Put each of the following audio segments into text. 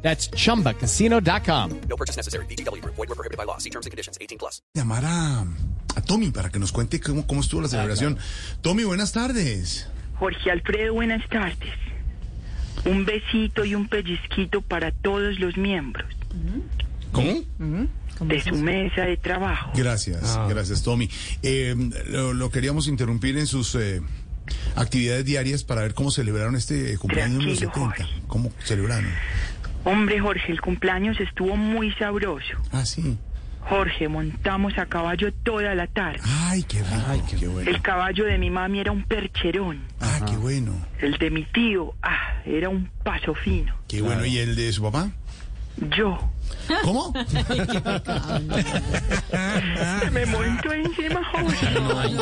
That's chumbacasino.com. No purchase necessary. BGW. Void were prohibited by law. See terms and conditions. 18 plus. llamar a, a Tommy para que nos cuente cómo, cómo estuvo la celebración. Tommy, buenas tardes. Jorge Alfredo, buenas tardes. Un besito y un pellizquito para todos los miembros ¿Cómo? de su mesa de trabajo. Gracias, gracias Tommy. Eh, lo, lo queríamos interrumpir en sus eh, actividades diarias para ver cómo celebraron este cumpleaños en los Tranquilo, 70. ¿Cómo celebraron? Hombre, Jorge, el cumpleaños estuvo muy sabroso. Ah, sí. Jorge, montamos a caballo toda la tarde. Ay, qué rico. qué, bueno. El caballo de mi mami era un percherón. Ah, qué bueno. El de mi tío, ah, era un paso fino. Qué bueno. ¿Y el de su papá? Yo ¿Cómo? se me montó encima, Jorge.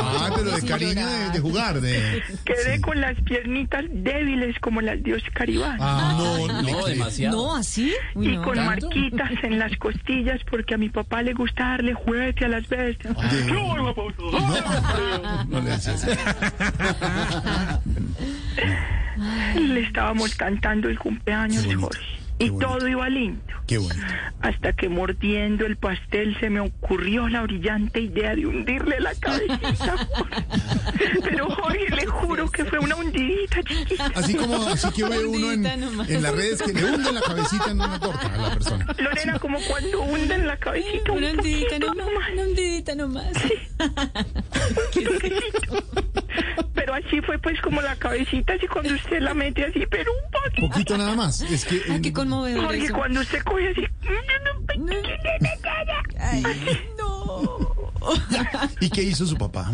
Ah, pero de cariño de, de jugar. De... Quedé Sí. con las piernitas débiles como las de Oscar Iván. Ah, no, le creo. No, así. Uy, Y no. con marquitas en las costillas porque a mi papá le gusta darle juguete a las bestias. De- ¡Qué bueno, papá! No le haces. Le estábamos cantando el cumpleaños, Qué bonito, Jorge. qué Y bonito. todo iba lindo. Qué bueno. Hasta que mordiendo el pastel se me ocurrió la brillante idea de hundirle la cabecita. Jorge. Pero Jorge, le juro que fue una hundidita chiquita. Así como así que ve uno en, Hundidita nomás. en las redes que le hunden la cabecita en una torta a la persona. Lorena, como cuando hunden la cabecita un Una hundidita poquito nomás. nomás. Una hundidita nomás. Pero así fue pues como la cabecita, así cuando usted la mete así, pero un poquito. Poquito nada más. Es que Ay, qué conmovedor Jorge, eso. cuando usted coge así... Ay, no. ¿Y qué hizo su papá?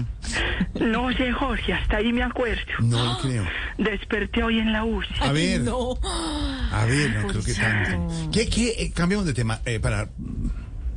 No sé, Jorge, hasta ahí me acuerdo. No lo creo. Desperté hoy en la UCI. A ver, No. a ver, no creo que tanto. ¿Qué, qué, eh, cambiamos de tema eh, para mm,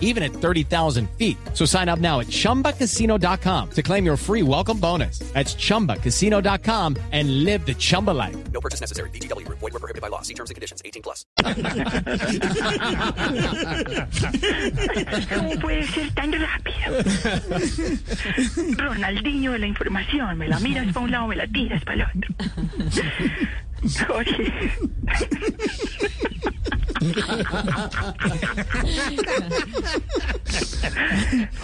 even at 30,000 feet. So sign up now at chumbacasino.com to claim your free welcome bonus. That's chumbacasino.com and live the Chumba life. No purchase necessary. BGW. Void were prohibited by law. See terms and conditions. 18 plus. ¿Cómo puede ser tan rápido? Ronaldinho de la información. Me la miras para un lado, me la tiras para el otro. Jorge,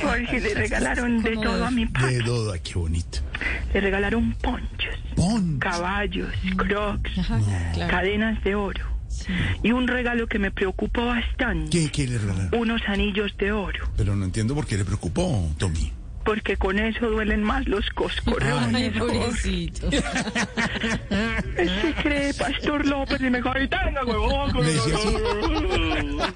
Jorge, le regalaron de todo a mi papá. De Doda, qué bonito. Le regalaron ponchos, Pon. caballos, crocs, Claro. cadenas de oro. Y un regalo que me preocupó bastante. ¿Qué, qué le regalaron? Unos anillos de oro. Pero no entiendo por qué le preocupó, Tommy. porque con eso duelen más los Ah. coscorrones. Ay, pobrecito. Se cree Pastor López y me dijo, "Ay, tenga, huevón, con Me decía así. los-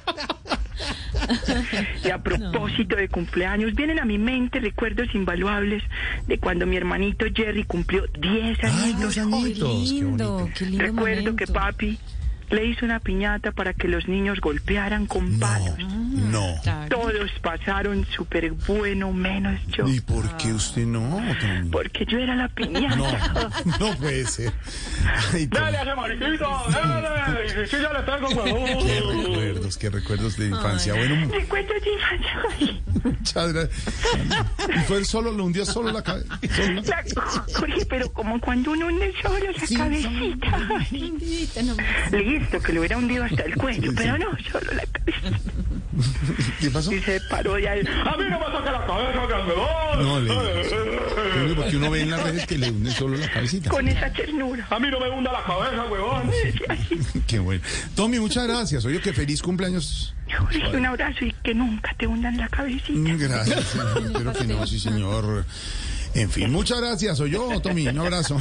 Y a propósito de cumpleaños, vienen a mi mente recuerdos invaluables de cuando mi hermanito Jerry cumplió 10 Ay, años. los Qué añitos. Qué lindo. bonito. Qué lindo Recuerdo momento. que papi le hizo una piñata para que los niños golpearan con No, palos. no. Claro. Todos pasaron súper bueno, menos yo. ¿Y por qué usted no, Tommy? Porque yo era la piñata. No, no puede ser. Ay, Tommy. Dale a ese mariquito, dale, si yo le pego, Qué huevón. recuerdos, qué recuerdos de infancia. Bueno, Recuerdos de infancia, Jorge. muchas gracias. Y fue él solo, lo hundía solo la cabeza. La- Jorge, pero como cuando uno hunde solo la Sí, cabecita. Jorge. Hundidita nomás. Listo, que lo hubiera hundido hasta el cuello, Sí, sí. pero no, solo la cabecita. ¿Qué pasó? Y se paró ah, ya. él, A mí no me toca la cabeza, que me voy". No, le Lo único porque uno ve en las redes que le hunde solo la cabecita. Con esa ternura. A mí no me hunda la cabeza, huevón. Qué bueno. Tommy, muchas gracias. Oye, que feliz cumpleaños. Jorge, un Mm, abrazo y que nunca te hundan la cabecita. Gracias. señor. Espero que no, sí, señor. En fin, muchas gracias. Soy yo, Tommy. Un abrazo.